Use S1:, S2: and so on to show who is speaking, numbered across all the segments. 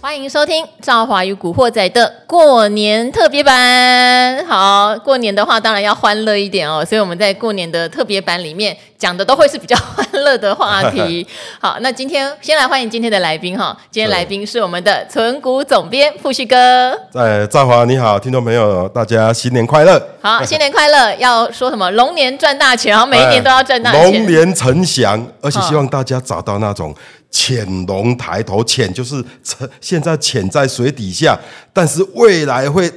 S1: 欢迎收听《赵华与古惑仔》的过年特别版。好，过年的话当然要欢乐一点哦，所以我们在过年的特别版里面讲的都会是比较欢乐的话题。好，那今天先来欢迎今天的来宾哈，今天来宾是我们的存股总编富旭哥。
S2: 在赵华你好，听众朋友，大家新年快乐！
S1: 好，新年快乐！要说什么？龙年赚大钱，然后每一年都要赚大
S2: 哎
S1: 钱。
S2: 龙年呈祥，而且希望大家找到那种潜龙抬头，潜就是沉，现在潜在水底下，但是未来会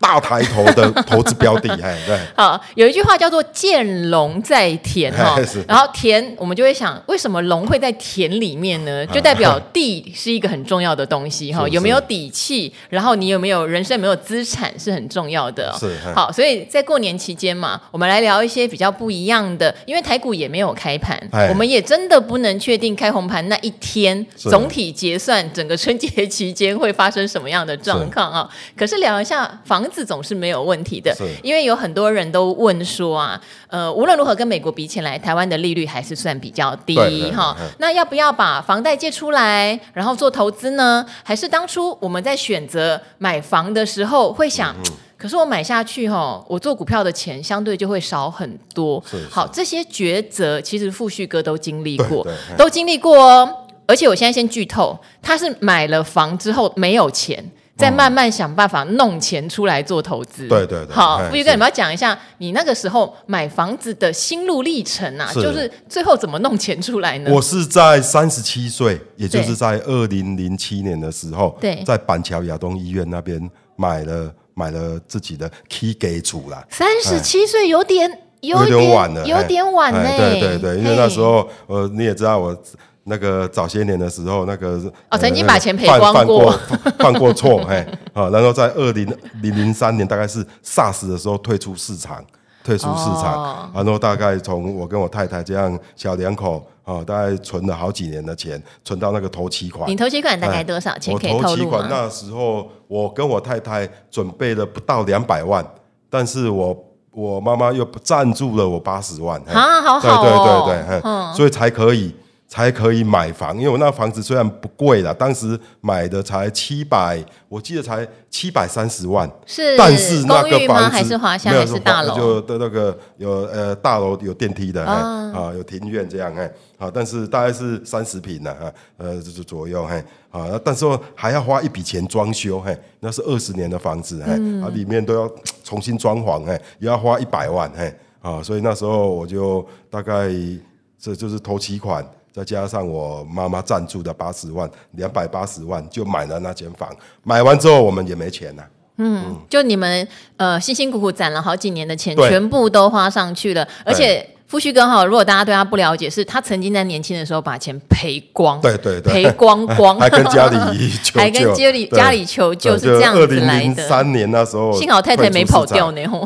S2: 大抬头的投资标的，哎，对，
S1: 好，有一句话叫做“见龙在 田”哈
S2: 是，
S1: 然后田我们就会想，为什么龙会在田里面 呢？就代表地是一个很重要的东西哈，
S2: 是
S1: 有没有底气，然后你有没有人生有没有资产是很重要的哦。
S2: 是嗯
S1: 好，所以在过年期间嘛，我们来聊一些比较不一样的，因为台股也没有开盘
S2: 哎，
S1: 我们也真的不能确定开红盘那一天
S2: 是
S1: 总体结算整个春节期间会发生什么样的状况啊。可是聊一下房子总是没有问题的
S2: 是，
S1: 因为有很多人都问说啊，呃，无论如何跟美国比起来，台湾的利率还是算比较低
S2: 对对
S1: 哈
S2: 对。
S1: 那要不要把房贷借出来，然后做投资呢？还是当初我们在选择买房的时候会想？
S2: 嗯
S1: 可是我买下去哈、我做股票的钱相对就会少很多。
S2: 是是
S1: 好，这些抉择其实富旭哥都经历过
S2: 对对，嗯
S1: 都经历过哦。而且我现在先剧透，他是买了房之后没有钱，再慢慢想办法弄钱出来做投资。
S2: 对对对
S1: 好
S2: 哎，
S1: 富旭哥，
S2: 是
S1: 你们要讲一下你那个时候买房子的心路历程啊，
S2: 是
S1: 就是最后怎么弄钱出来呢？
S2: 我是在三十七岁，也就
S1: 对
S2: 是在二零零七年的时候，
S1: 对
S2: 在板桥亚东医院那边买了买了自己的 K 给主啦，
S1: 三十七岁有点有
S2: 哎有
S1: 一
S2: 点晚了，
S1: 有
S2: 哎
S1: 点晚呢、
S2: 哎对对对，因为那时
S1: 嘿。
S2: 候呃，你也知道我那个早些年的时候，那个
S1: 哦
S2: 呃
S1: 曾经
S2: 那个
S1: 把钱赔
S2: 犯
S1: 光
S2: 犯
S1: 过
S2: 过，犯犯过错，哎，啊，然后在二零零零三年，大概是 SARS 的时候退出市场，退出市
S1: 哦
S2: 场，啊然后大概从我跟我太太这样小两口啊，大概存了好几年的钱，存到那个头期款
S1: 你。投期款大概多少钱？
S2: 哎我
S1: 可以透
S2: 投期
S1: 露
S2: 款
S1: 吗？
S2: 那时候，我跟我太太准备了不到两百万，但是我我妈妈又赞助了我八十万。嘿
S1: 啊，好好哦，
S2: 哎对对对对，嗯，所以才可以才可以买房，因为我那房子虽然不贵啦，当时买的才七百，我记得才七百三十万，
S1: 是
S2: 但是那
S1: 公
S2: 个
S1: 寓
S2: 房
S1: 吗？
S2: 子
S1: 还是华夏
S2: 没有
S1: 还是大楼？
S2: 就的那个有呃大楼有电梯的，嘿
S1: 哦
S2: 啊有庭院这样哎，啊但是大概是三十平的哈，呃就是左右嘿啊，那但是还要花一笔钱装修嘿，那是二十年的房子嘿，
S1: 嗯
S2: 啊里面都要重新装潢嘿，也要花一百万嘿啊，所以那时候我就大概这就是头期款。再加上我妈妈赞助的八十万，两百八十万就买了那间房。买完之后我们也没钱了、啊
S1: 嗯就你们呃辛辛苦苦攒了好几年的钱，
S2: 嗯对
S1: 全部都花上去了，而且。富旭哥哈，如果大家对他不了解，是他曾经在年轻的时候把钱赔光，
S2: 对对对
S1: 赔光光，
S2: 还跟 家里求救，
S1: 还跟家里
S2: 对
S1: 家里求救
S2: 对
S1: 是这样子来
S2: 2003
S1: 的。
S2: 年那时候，
S1: 幸好太太没跑掉。呢，吼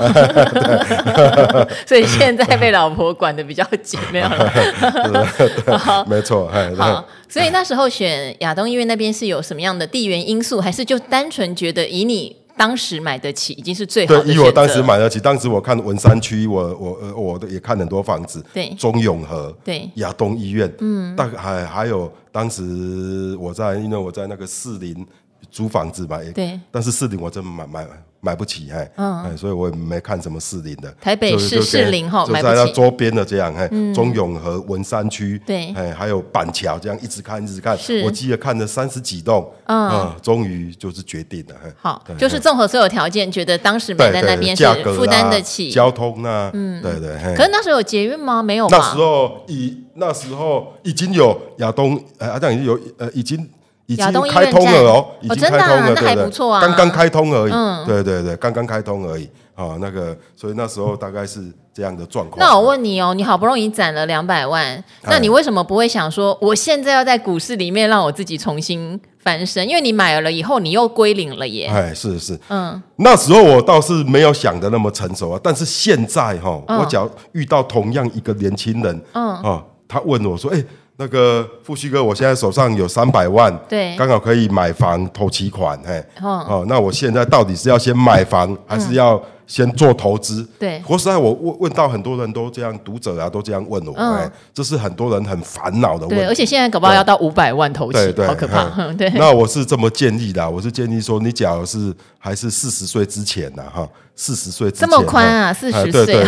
S1: 所以现在被老婆管的比较紧，没有 了。
S2: 没错，哎，
S1: 好，所以那时候选亚东医院那边是有什么样的地缘因素，还是就单纯觉得以你当时买得起，已经是最好
S2: 对
S1: 的，选择？
S2: 以我当时买得起，当时我看文山区，我我呃我也看很多房子，
S1: 对
S2: 中永和，
S1: 对
S2: 亚东医院，嗯，大概还还有当时我在，因为我在那个士林租房子嘛，也
S1: 对，
S2: 但是士林我真买买买不起，哎，哎，所以我也没看什么士林的，
S1: 嗯台北
S2: 就是
S1: 市士林吼
S2: 就
S1: 买
S2: 在
S1: 不
S2: 那
S1: 起嗯
S2: 周边的这样，哎，中永和文山区，
S1: 对
S2: 哎，还有板桥这样一直看一直看
S1: 是，
S2: 我记得看了三十几栋，
S1: 嗯
S2: 啊，终于就是决定了，哎
S1: 好，
S2: 对
S1: 就是综合所有条件，觉得当时
S2: 对
S1: 买在那边是
S2: 价格啦
S1: 负担得起。
S2: 交通啊，嗯，对对。嘿
S1: 可是那时候有捷运吗？没有吧？
S2: 那时候已那时候已经有亚东呃，阿、啊、已经有呃已经。已
S1: 亚
S2: 经
S1: 东医院
S2: 开通了哦，
S1: 站
S2: 已
S1: 哦
S2: 经开
S1: 真的啊
S2: 通了，
S1: 那
S2: 对
S1: 还
S2: 对
S1: 不错啊
S2: 刚刚开通而已，
S1: 嗯
S2: 对对对，刚刚开通而已啊、那个，所以那时候大概是这样的状况。
S1: 那我问你哦，你好不容易攒了两百万，
S2: 哎
S1: 那你为什么不会想说，我现在要在股市里面让我自己重新翻身？因为你买了以后，你又归零了耶。
S2: 哎，是是，
S1: 嗯，
S2: 那时候我倒是没有想的那么成熟啊，但是现在哈、我只要遇到同样一个年轻人，
S1: 嗯
S2: 嗯，哦，他问我说，哎、那个富旭哥，我现在手上有三百万，
S1: 对
S2: 刚好可以买房投期款，嘿，
S1: 哦
S2: 哦那我现在到底是要先买房，还是要先做投资？
S1: 嗯对
S2: 说实在，我问问到很多人都这样，读者啊都这样问我，
S1: 嗯
S2: 哎，这是很多人很烦恼的问
S1: 对，
S2: 题
S1: 而。 且现在搞不好要到五百万投
S2: 对
S1: 期，
S2: 对，
S1: 好可怕。
S2: 嗯
S1: 哼 对，
S2: 那我是这么建议的啊，我是建议说，你假如是还是四十岁之前呐、啊哈，四十岁之前
S1: 这么宽啊
S2: 哎
S1: 40
S2: 哎对对
S1: 岁
S2: 对，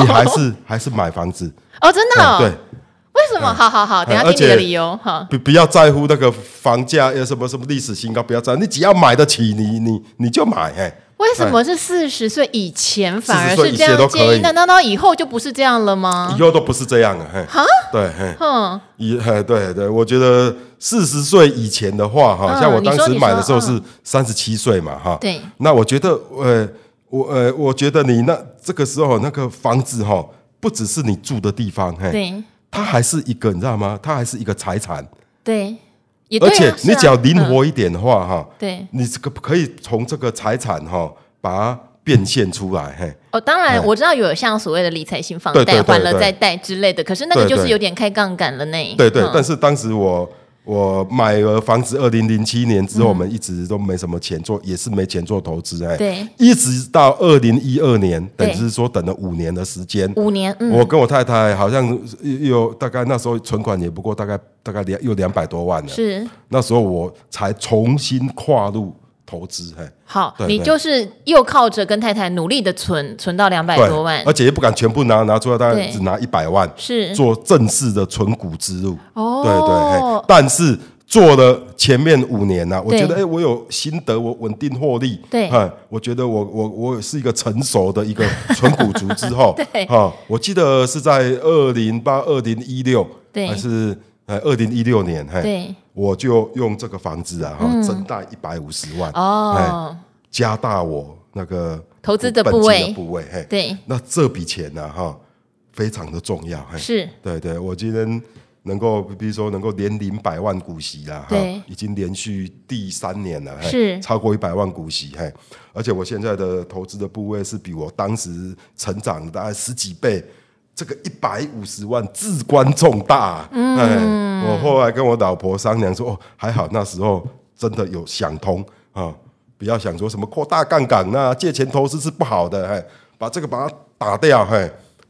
S2: 你还是还是买房子，
S1: 哦，真的、
S2: 哎
S1: 哦
S2: 对，哎
S1: 为什么？好好好，等一下
S2: 而
S1: 听你的
S2: 且
S1: 理由哈。
S2: 不不要在乎那个房价呃什么什么历史新高，不要在乎，你只要买得起，你你你就买，哎，
S1: 为什么是四十岁以前反而
S2: 40岁
S1: 是这样
S2: 以前哎都
S1: 建
S2: 可
S1: 议？
S2: 以
S1: 那难道以后就不是这样了吗
S2: 以？后都不是这样了，嘿，对，哎嘿，
S1: 哼，
S2: 以，嘿，对对，我觉得四十岁以前的话，哈，
S1: 嗯
S2: 像我当时
S1: 你说
S2: 买的时候
S1: 你说
S2: 是三十七岁嘛，哈，
S1: 对，
S2: 那我觉得，呃，我呃，我觉得你那这个时候那个房子哈，不只是你住的地方，嘿，
S1: 对
S2: 它还是一个，你知道吗？它还是一个财产，
S1: 对，也对
S2: 而
S1: 啊
S2: 且
S1: 是
S2: 你
S1: 啊
S2: 只要灵
S1: 嗯
S2: 活一点的话，哈，
S1: 对
S2: 你这个可以从这个财产哈、把它变现出来，嘿，
S1: 哦，当然我知道有像所谓的理财型房
S2: 哎对对
S1: 贷
S2: 对
S1: 还了
S2: 对
S1: 再贷之类的，可是那个
S2: 对
S1: 就是
S2: 对
S1: 有点开杠杆了呢。
S2: 对对。
S1: 嗯
S2: 但是当时我我买了房子，二零零七年之后，我们一直都没什么钱做，也是没钱做投资，哎，
S1: 对，
S2: 一直到二零一二年，
S1: 对
S2: 等于是说等了五年的时间。
S1: 五年，嗯，
S2: 我跟我太太好像有大概那时候存款也不过大概大概两有两百多万了，
S1: 是
S2: 那时候我才重新跨入投资，哎嘿，
S1: 好，
S2: 对
S1: 你
S2: 对
S1: 就是又靠着跟太太努力的存，存到两百
S2: 对
S1: 多万
S2: 而，且也不敢全部拿拿出来，大概
S1: 对嗯
S2: 只拿一百万，
S1: 是
S2: 做正式的存股之路。
S1: 哦
S2: 对对，嘿但是做了前面五年呢、啊，我
S1: 对
S2: 觉得哎，我有心得，我稳定获利。
S1: 对
S2: 哎，我觉得我我我是一个成熟的 一个存股族之后，
S1: 对
S2: 哈、我记得是在二零八、二零一六，
S1: 对
S2: 还是呃二零一六年，嘿，
S1: 哦对嗯
S2: 我就用这个房子啊，哈、增贷一百五十万，哎，
S1: 哦，
S2: 加大我那个
S1: 投资的
S2: 本金
S1: 部位
S2: 部位，嘿，
S1: 对，
S2: 那这笔钱呢、哈，非常的重要。嘿
S1: 是
S2: 对对，我今天能够，比如说能够连领百万股息啦，哈
S1: 对，
S2: 已经连续第三年了，嘿
S1: 是
S2: 超过一百万股息，嘿，而且我现在的投资的部位是比我当时成长大概十几倍。这个一百五十万至关重大，嗯，我后来跟我老婆商量说，哦，还好那时候真的有想通啊、不要想说什么扩大杠杆那借钱投资是不好的，哎，把这个把它打掉，嘿，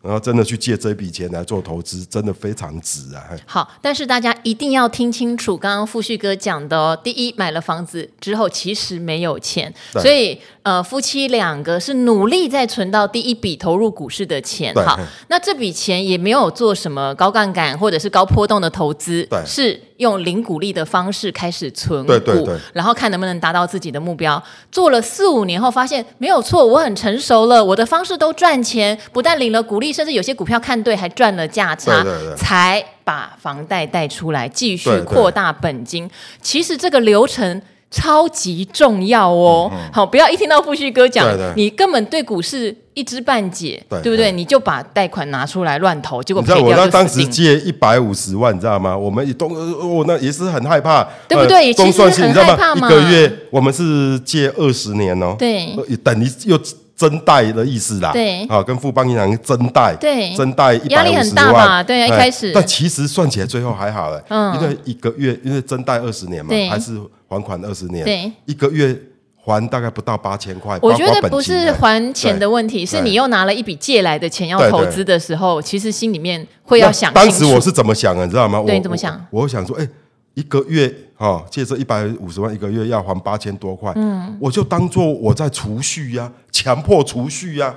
S2: 然后真的去借这笔钱来做投资，真的非常值啊，嘿
S1: 好，但是大家一定要听清楚刚刚富旭哥讲的哦。第一，买了房子之后其实没有钱，
S2: 对
S1: 所以呃，夫妻两个是努力在存到第一笔投入股市的钱。
S2: 对
S1: 好
S2: 嗯，
S1: 那这笔钱也没有做什么高杠杆或者是高波动的投资，
S2: 对
S1: 是用零股利的方式开始存股，
S2: 对对对
S1: 然后看能不能达到自己的目标。做了四五年后，发现没有错，我很成熟了，我的方式都赚钱，不但领了股利，甚至有些股票看对还赚了价差，
S2: 对对对
S1: 才把房贷贷出来，继续
S2: 对对
S1: 扩大本金。其实这个流程。超级重要哦！好，不要一听到富旭哥讲，
S2: 嗯对对
S1: 你根本对股市一知半解，
S2: 对
S1: 对不对？
S2: 对
S1: 你就把贷款拿出来乱投，结果
S2: 你知
S1: 赔
S2: 道我
S1: 掉
S2: 那
S1: 就
S2: 当
S1: 死
S2: 时
S1: 定了。
S2: 借一百五十万，你知道吗？我们也都呃我那也是很害怕，
S1: 对不对
S2: 呃
S1: 其实
S2: 东算西
S1: 很
S2: 你知道
S1: 害怕
S2: 吗？一
S1: 嘛
S2: 个月我们是借二十年哦，
S1: 对
S2: 呃，等于又增贷的意思啦，
S1: 对
S2: 啊，跟富邦银行增贷，
S1: 对
S2: 增贷一
S1: 压
S2: 百
S1: 力
S2: 五
S1: 很
S2: 十
S1: 大嘛
S2: 万，
S1: 对啊一
S2: 哎
S1: 开始
S2: 但其实算起来最后还好哎，
S1: 嗯
S2: 因为一个月因为增贷二十年嘛
S1: 对，
S2: 还是还款二十年，
S1: 对，
S2: 一个月还大概不到八千块，
S1: 我
S2: 包
S1: 觉
S2: 括
S1: 得
S2: 本
S1: 不
S2: 金
S1: 是
S2: 哎
S1: 还钱的问题，是你又拿了一笔借来的钱要投资的时候，其实心里面会要
S2: 那
S1: 想清
S2: 当
S1: 楚。
S2: 时我是怎么想啊的，你知道吗？我
S1: 对你怎么想
S2: 我我想说，哎、一个月哦，借这一百五十万，一个月要还八千多块，嗯，我就当做我在储蓄呀、强迫储蓄呀、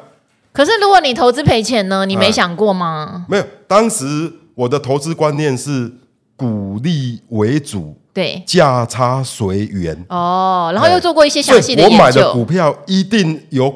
S1: 可是如果你投资赔钱呢？你没
S2: 哎
S1: 想过吗？
S2: 没有，当时我的投资观念是股利为主，
S1: 对，
S2: 价差随缘。
S1: 哦，然后又做过一些
S2: 所
S1: 详细
S2: 以
S1: 的
S2: 我买
S1: 研
S2: 的
S1: 究
S2: 股，票一定有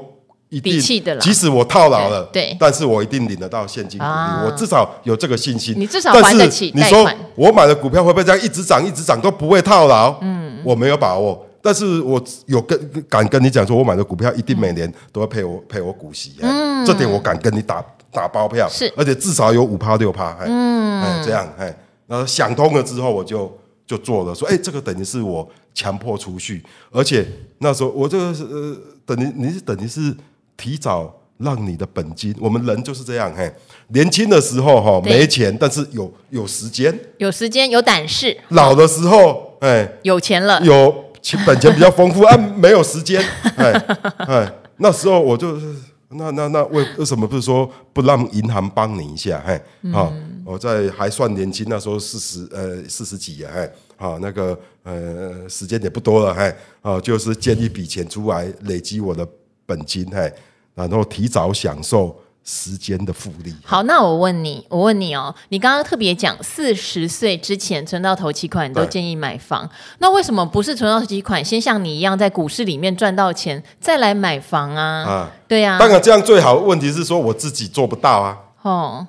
S2: 一定
S1: 底气的啦
S2: 即使我套牢了，
S1: 对对
S2: 但是我一定领得到现金股利，
S1: 啊
S2: 我至少有这个信心。
S1: 你至少
S2: 但
S1: 还得
S2: 是
S1: 起
S2: 你
S1: 贷
S2: 说
S1: 款
S2: 我买的股票会不会这样一直涨一直涨都不会套牢？嗯，我没有把握。但是我有跟敢跟你讲说，我买的股票一定每
S1: 嗯
S2: 年都会配我配我股息，嗯，这点我敢跟你打打包票，
S1: 是
S2: 而且至少有五趴六趴，哎，哎这样，哎，然后想通了之后，我就就做了，说，哎，这个等于是我强迫储蓄，而且那时候我这个是呃，等于你是等于是提早让你的本金，我们人就是这样，嘿，年轻的时候哈、
S1: 对
S2: 没钱，但是有有时间；
S1: 有时间有胆识，
S2: 老的时候，哎，
S1: 有钱了，
S2: 有钱本钱比较丰富啊，没有时间，哎哎，那时候我就是那那那为为什么不是说不让银行帮你一下？哎，好、我在还算年轻，那时候四十呃四十几啊，哎，好、那个呃时间也不多了，哎，啊、就是建一笔钱出来累积我的本金，哎，然后提早享受时间的复利。
S1: 好，那我问你，我问你哦，你刚刚特别讲四十岁之前存到头期款，你都
S2: 对
S1: 建议买房，那为什么不是存到头期款，先像你一样在股市里面赚到钱，再来买房啊？
S2: 啊
S1: 对呀、
S2: 当然这样最好，问题是说我自己做不到啊。
S1: 哦，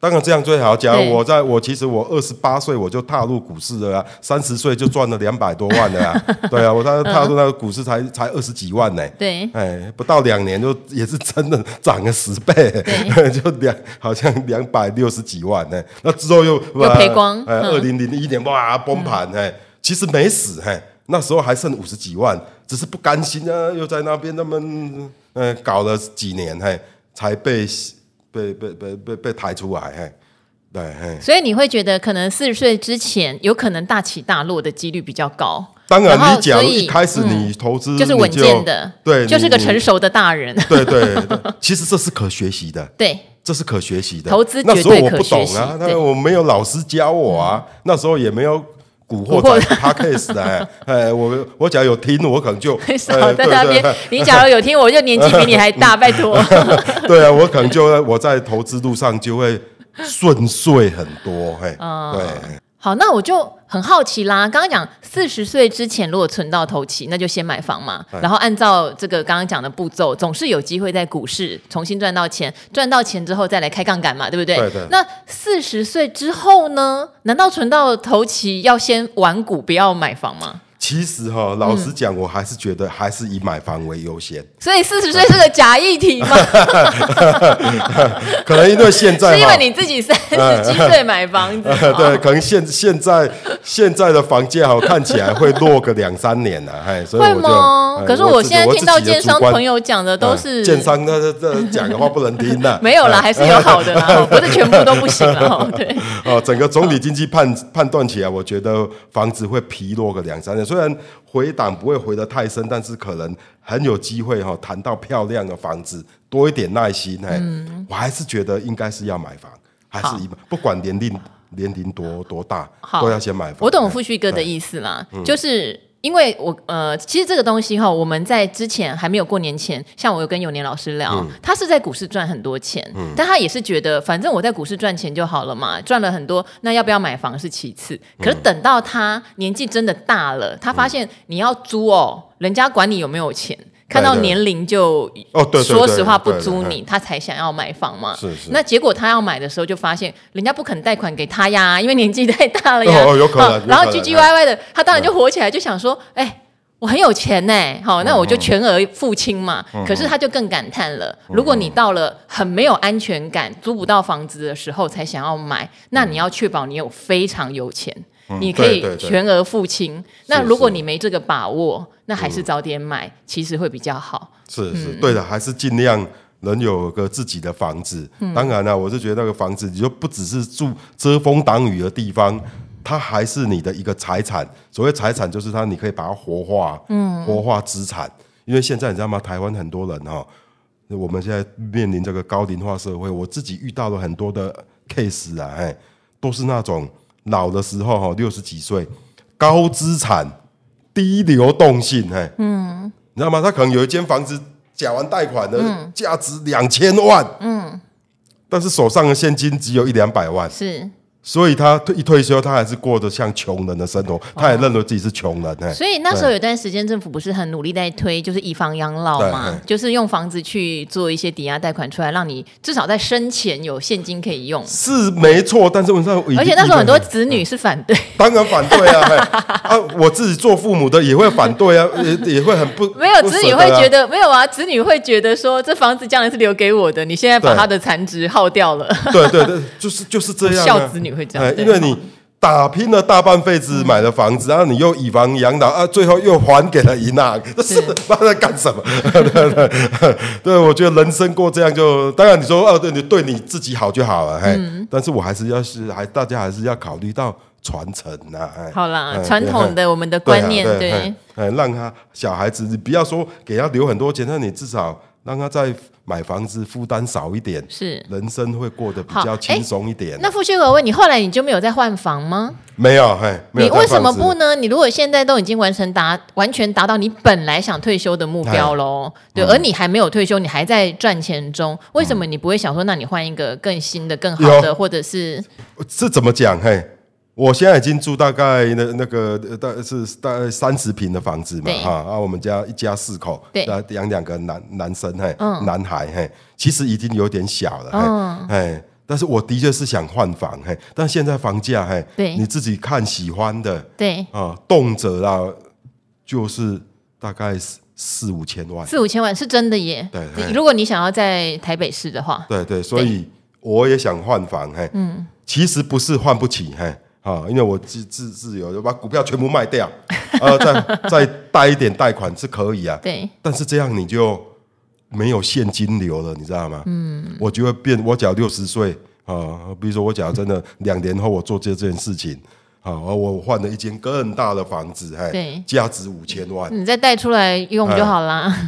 S2: 当然这样最好。假
S1: 对
S2: 如我在我其实我二十八岁我就踏入股市了、啊，三十岁就赚了两百多万了、啊。对啊，我当时踏入那个股市才才二十几万呢、
S1: 对，
S2: 哎，不到两年就也是真的涨了十倍， 就两好像两百六十几万呢、哎那之后又
S1: 又赔光
S2: 哎，二
S1: 嗯
S2: 零零一年哇崩盘哎、其实没死哎、那时候还剩五十几万，只是不甘心啊，又在那边那么呃搞了几年哎、才被被被被被被抬出来哎、对哎。
S1: 所以你会觉得可能四十岁之前有可能大起大落的几率比较高，
S2: 当然，
S1: 然后
S2: 你假如
S1: 所以嗯
S2: 一开始你投资、
S1: 就是稳健的，
S2: 你就对，
S1: 就是
S2: 你
S1: 个成。熟的大人，
S2: 对对对，其实这是可学习的。
S1: 对。
S2: 这是可学习的。
S1: 投资
S2: 那
S1: 绝
S2: 时候
S1: 对
S2: 我
S1: 可
S2: 不懂
S1: 学习
S2: 啊，
S1: 对嗯
S2: 那我没有老师教我啊，那时候也没有。古惑
S1: 古惑
S2: 仔 podcast 的，哎哎，我我假如有听，我可能就
S1: 少
S2: 哎
S1: 在
S2: 对
S1: 那
S2: 对
S1: 边，你假如有听，我就年纪比你还 大，拜托。
S2: 对啊，我可能就会我在投资路上就会顺遂很多，嘿，
S1: 哦
S2: 对，
S1: 好，那我就很好奇啦。刚刚讲四十岁之前如果存到头期，那就先买房嘛，
S2: 哎
S1: 然后按照这个刚刚讲的步骤，总是有机会在股市重新赚到钱，赚到钱之后再来开杠杆嘛，对不对？
S2: 对对
S1: 那四十岁之后呢？难道存到头期要先玩股，不要买房吗？
S2: 其实哈，老实讲，我还是觉得还是以买房为优先，
S1: 所以四十岁是个假议题 吗？
S2: 可能因为现在
S1: 是因
S2: 哈，
S1: 为你自哦己三十七岁买房子
S2: 哎对，可能现现在现在的房价哈看起来会落个两三年了，哎，所以
S1: 会
S2: 我就
S1: 吗？
S2: 哎
S1: 可是
S2: 我
S1: 我
S2: 自己
S1: 现在
S2: 我
S1: 听
S2: 自
S1: 到
S2: 己的
S1: 建
S2: 主
S1: 商
S2: 观
S1: 朋友讲的都是，
S2: 啊建商那那那讲的话不能听的
S1: 没有啦，
S2: 哎
S1: 还是有好的啦，哦不是全部都不行啦。哦对，
S2: 哦，整个总体经济判判断起来，我觉得房子会疲弱个两三年，虽然回档不会回得太深，但是可能很有机会哈、哦，谈到漂亮的房子，多一点耐心哎，
S1: 嗯
S2: 我还是觉得应该是要买房，还是以不管年龄年龄多多大
S1: 好，
S2: 都要先买房。
S1: 我懂
S2: 哎
S1: 富旭哥的意思啦，
S2: 嗯
S1: 就是。因为我呃，其实这个东西哈，我们在之前还没有过年前，像我有跟永年老师
S2: 嗯
S1: 聊，他是在股市赚很多钱，但他也是觉得反正我在股市赚钱就好了嘛，赚了很多，那要不要买房是其次。
S2: 嗯
S1: 可是等到他年纪真的大了，他发现你要租哦，人家管你有没有钱，看到
S2: 对对
S1: 年龄就
S2: 哦对对对
S1: 说实话不
S2: 对对
S1: 租
S2: 对
S1: 你，他才想要买房嘛。
S2: 是是
S1: 那结果他要买的时候就发现人家不肯贷款给他呀，因为年纪太大了呀。
S2: 哦哦有可能
S1: 好
S2: 有可能嗯
S1: 然后唧唧歪歪的，他当然就火起来，就想说，哎、我很有钱呢、好，
S2: 嗯
S1: 那我就全额付清嘛。可是他就更感叹了，
S2: 嗯
S1: 如果你到了很没有安全感、租不到房子的时候才想要
S2: 嗯
S1: 买，那你要确保你有非常有钱。你可以
S2: 对对对
S1: 全额付清。那
S2: 是
S1: 如果
S2: 是嗯
S1: 你没这个把握，那还是早点买，其实会比较好。
S2: 是是，对的，还是尽量能有个自己的房子。当然了、我是觉得那个房子，你就不只是住遮风挡雨的地方。它还是你的一个财产，所谓财产就是它，你可以把它活化，嗯，活化资产。因为现在你知道吗？台湾很多人哈、哦，我们现在面临这个高龄化社会，我自己遇到了很多的 case 啊，哎，都是那种老的时候哈、哦，六十几岁，高资产低流动性，哎，你知道吗？他可能有一间房子缴完贷款的
S1: 嗯
S2: 价值两千万，嗯，但是手上的现金只有一两百万，
S1: 是，
S2: 所以他退一退休，他还是过得像穷人的生
S1: 哦
S2: 活，他也认为自己是穷人，哎、
S1: 所以那时候有段时间，政府不是很努力在推，就是以房养老嘛
S2: 对，
S1: 就是用房子去做一些抵押贷款出来，让你至少在生前有现金可以用。
S2: 是没错，但是我上
S1: 而且那时候很多子女是反对，
S2: 当然反对啊，嘿啊，我自己做父母的也会反对啊，也也会很不
S1: 没有
S2: 不
S1: 子
S2: 舍
S1: 女
S2: 得
S1: 会
S2: 啊
S1: 觉得没有啊，子女会觉得说这房子将来是留给我的，你现在把
S2: 对
S1: 它的残值耗掉了，
S2: 对对对，就是就是这样、啊。
S1: 孝子女会这样
S2: 哎
S1: 对嗯
S2: 因为你打拼了大半辈子买了房子，啊然后你又以房养老啊，最后又还给了银行，这是妈在干什么？ 对，我觉得人生过这样就，当然你说哦，对你对你自己好就好了，嘿，
S1: 嗯
S2: 但是我还是要是还大家还是要考虑到传承呐、啊，哎，
S1: 好啦，
S2: 嗯
S1: 传统的我们的
S2: 对啊
S1: 观念，
S2: 对，
S1: 对
S2: 哎，哎让他小孩子，你不要说给他留很多钱，那你至少让他在买房子负担少一点，
S1: 是。
S2: 人生会过得比
S1: 好
S2: 较
S1: 哎
S2: 轻松一点。啊
S1: 那傅旭哥，我问你，后来你就没有再换房吗？
S2: 没有，嘿，没有
S1: 你
S2: 再
S1: 为什
S2: 放
S1: 么
S2: 置
S1: 不呢？你如果现在都已经完成达完全达到你本来想退休的目标喽，
S2: 哎
S1: 对，
S2: 嗯
S1: 而你还没有退休，你还在赚钱中，为什么你不会想说，那你换一个更新的、更好的，
S2: 有
S1: 或者是
S2: 是怎么讲？嘿，我现在已经住大概那那个呃大是大概三十平的房子嘛
S1: 对，
S2: 哈，啊，我们家一家四口，
S1: 对
S2: 啊养两个男男生，嘿，
S1: 嗯
S2: 男孩，嘿，其实已经有点小了，嘿，
S1: 嗯
S2: 嘿。但是我的确是想换房，嘿，但现在房价，嘿，
S1: 对
S2: 你自己看喜欢的
S1: 对
S2: 啊、动辄啦，就是大概四四五千万，
S1: 四五千万是真的耶？
S2: 对哎对
S1: 如果你想要在台北市的话，
S2: 对对，所以我也想换房，嘿，嗯，其实不是换不起，嘿，啊，因为我自自自由，就把股票全部卖掉， 呃，再再贷一点贷款是可以啊，
S1: 对，
S2: 但是这样你就没有现金流了，你知道吗？嗯，我就会变，我假如六十岁啊，比如说我假如真的两年后我做这件事情。啊，而我换了一间更大的房子，
S1: 对
S2: 嘿，价值五千万。
S1: 你再带出来用就好
S2: 哎
S1: 啦。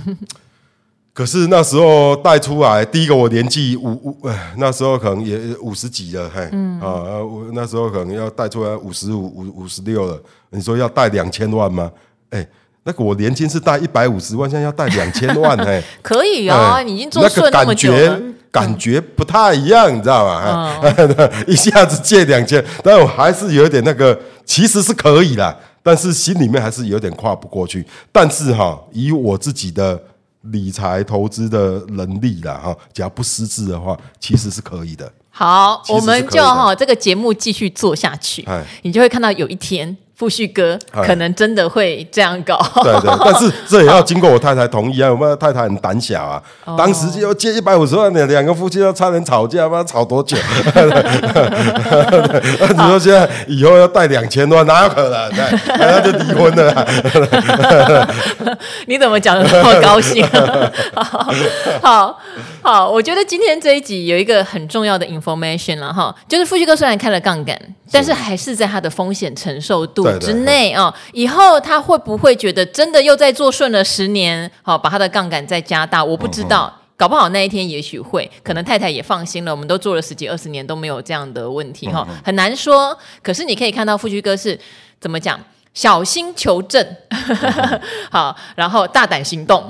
S2: 可是那时候带出来，第一个我年纪五五，哎那时候可能也五十几了，嘿，
S1: 嗯
S2: 啊，我那时候可能要带出来五十五五五十六了。你说要带两千万吗？哎，那个我年轻是带一百五十万，现在要带两千万， 嘿，
S1: 可以哦，
S2: 哎
S1: 你已经做顺
S2: 那
S1: 么
S2: 个感
S1: 久
S2: 觉
S1: 了，嗯
S2: 感觉不太一样，你知道吗？哎 一下子借两千，但我还是有点那个，其实是可以啦，但是心里面还是有点跨不过去。但是哈，以我自己的理财投资的能力啦，哈，只要不失智的话，其实是可以的。
S1: 好，
S2: 其
S1: 我
S2: 实是可以
S1: 们
S2: 的
S1: 就哈这个节目继续做下去
S2: 哎，
S1: 你就会看到有一天富旭哥
S2: 哎
S1: 可能真的会这样搞。
S2: 对对，但是这也要经过我太太同意啊，我们太太很胆小啊，当时就要借一百五十万，两两个夫妻要差点吵架，妈吵多久？ 你说现在以后要贷两千万，哪有可能？对，那就离婚了啦。
S1: 你怎么讲的那么高兴？ 好好好，我觉得今天这一集有一个很重要的 information 了哈，就是富旭哥虽然开了杠杆，但是还是在他的风险承受度
S2: 对对
S1: 之内啊、哦。以后他会不会觉得真的又再做顺了十年？好、把他的杠杆再加大，我不知
S2: 嗯
S1: 道。搞不好那一天也许会，可能太太也放心了。我们都做了十几二十年都没有这样的问题
S2: 嗯
S1: 哈、很难说。可是你可以看到富居哥是怎么讲，小心求证， 好，然后大胆行动，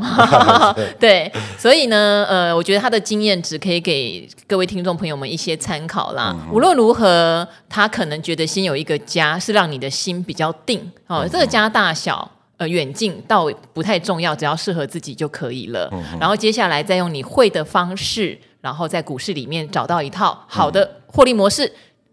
S1: 对，所以呢，呃，我觉得他的经验值可以给各位听众朋友们一些参考啦。无论如何，他可能觉得先有一个家，是让你的心比较定哦。这个家大小。呃，远近倒不太重要，只要适合自己就可以了。然后接下来再用你会的方式，然后在股市里面找到一套好的获利模式，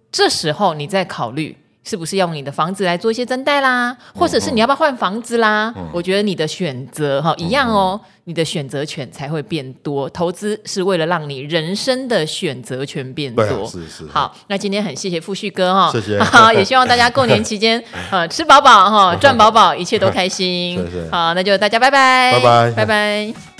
S1: 这时候你再考虑是不是要用你的房子来做一些增贷啦，
S2: 嗯
S1: 或者是你要不要换房子啦？我觉得你的选择哈一样哦，你的选择权才会变多。投资是为了让你人生的选择权变
S2: 对啊
S1: 多。
S2: 是是
S1: 好，那今天很谢谢富旭哥哈、
S2: 谢谢
S1: 好， 也希望大家过年期 间呃吃饱饱哈，赚饱饱，一切都开心。
S2: 是是
S1: 好，那就大家拜拜，
S2: 拜拜
S1: 拜拜。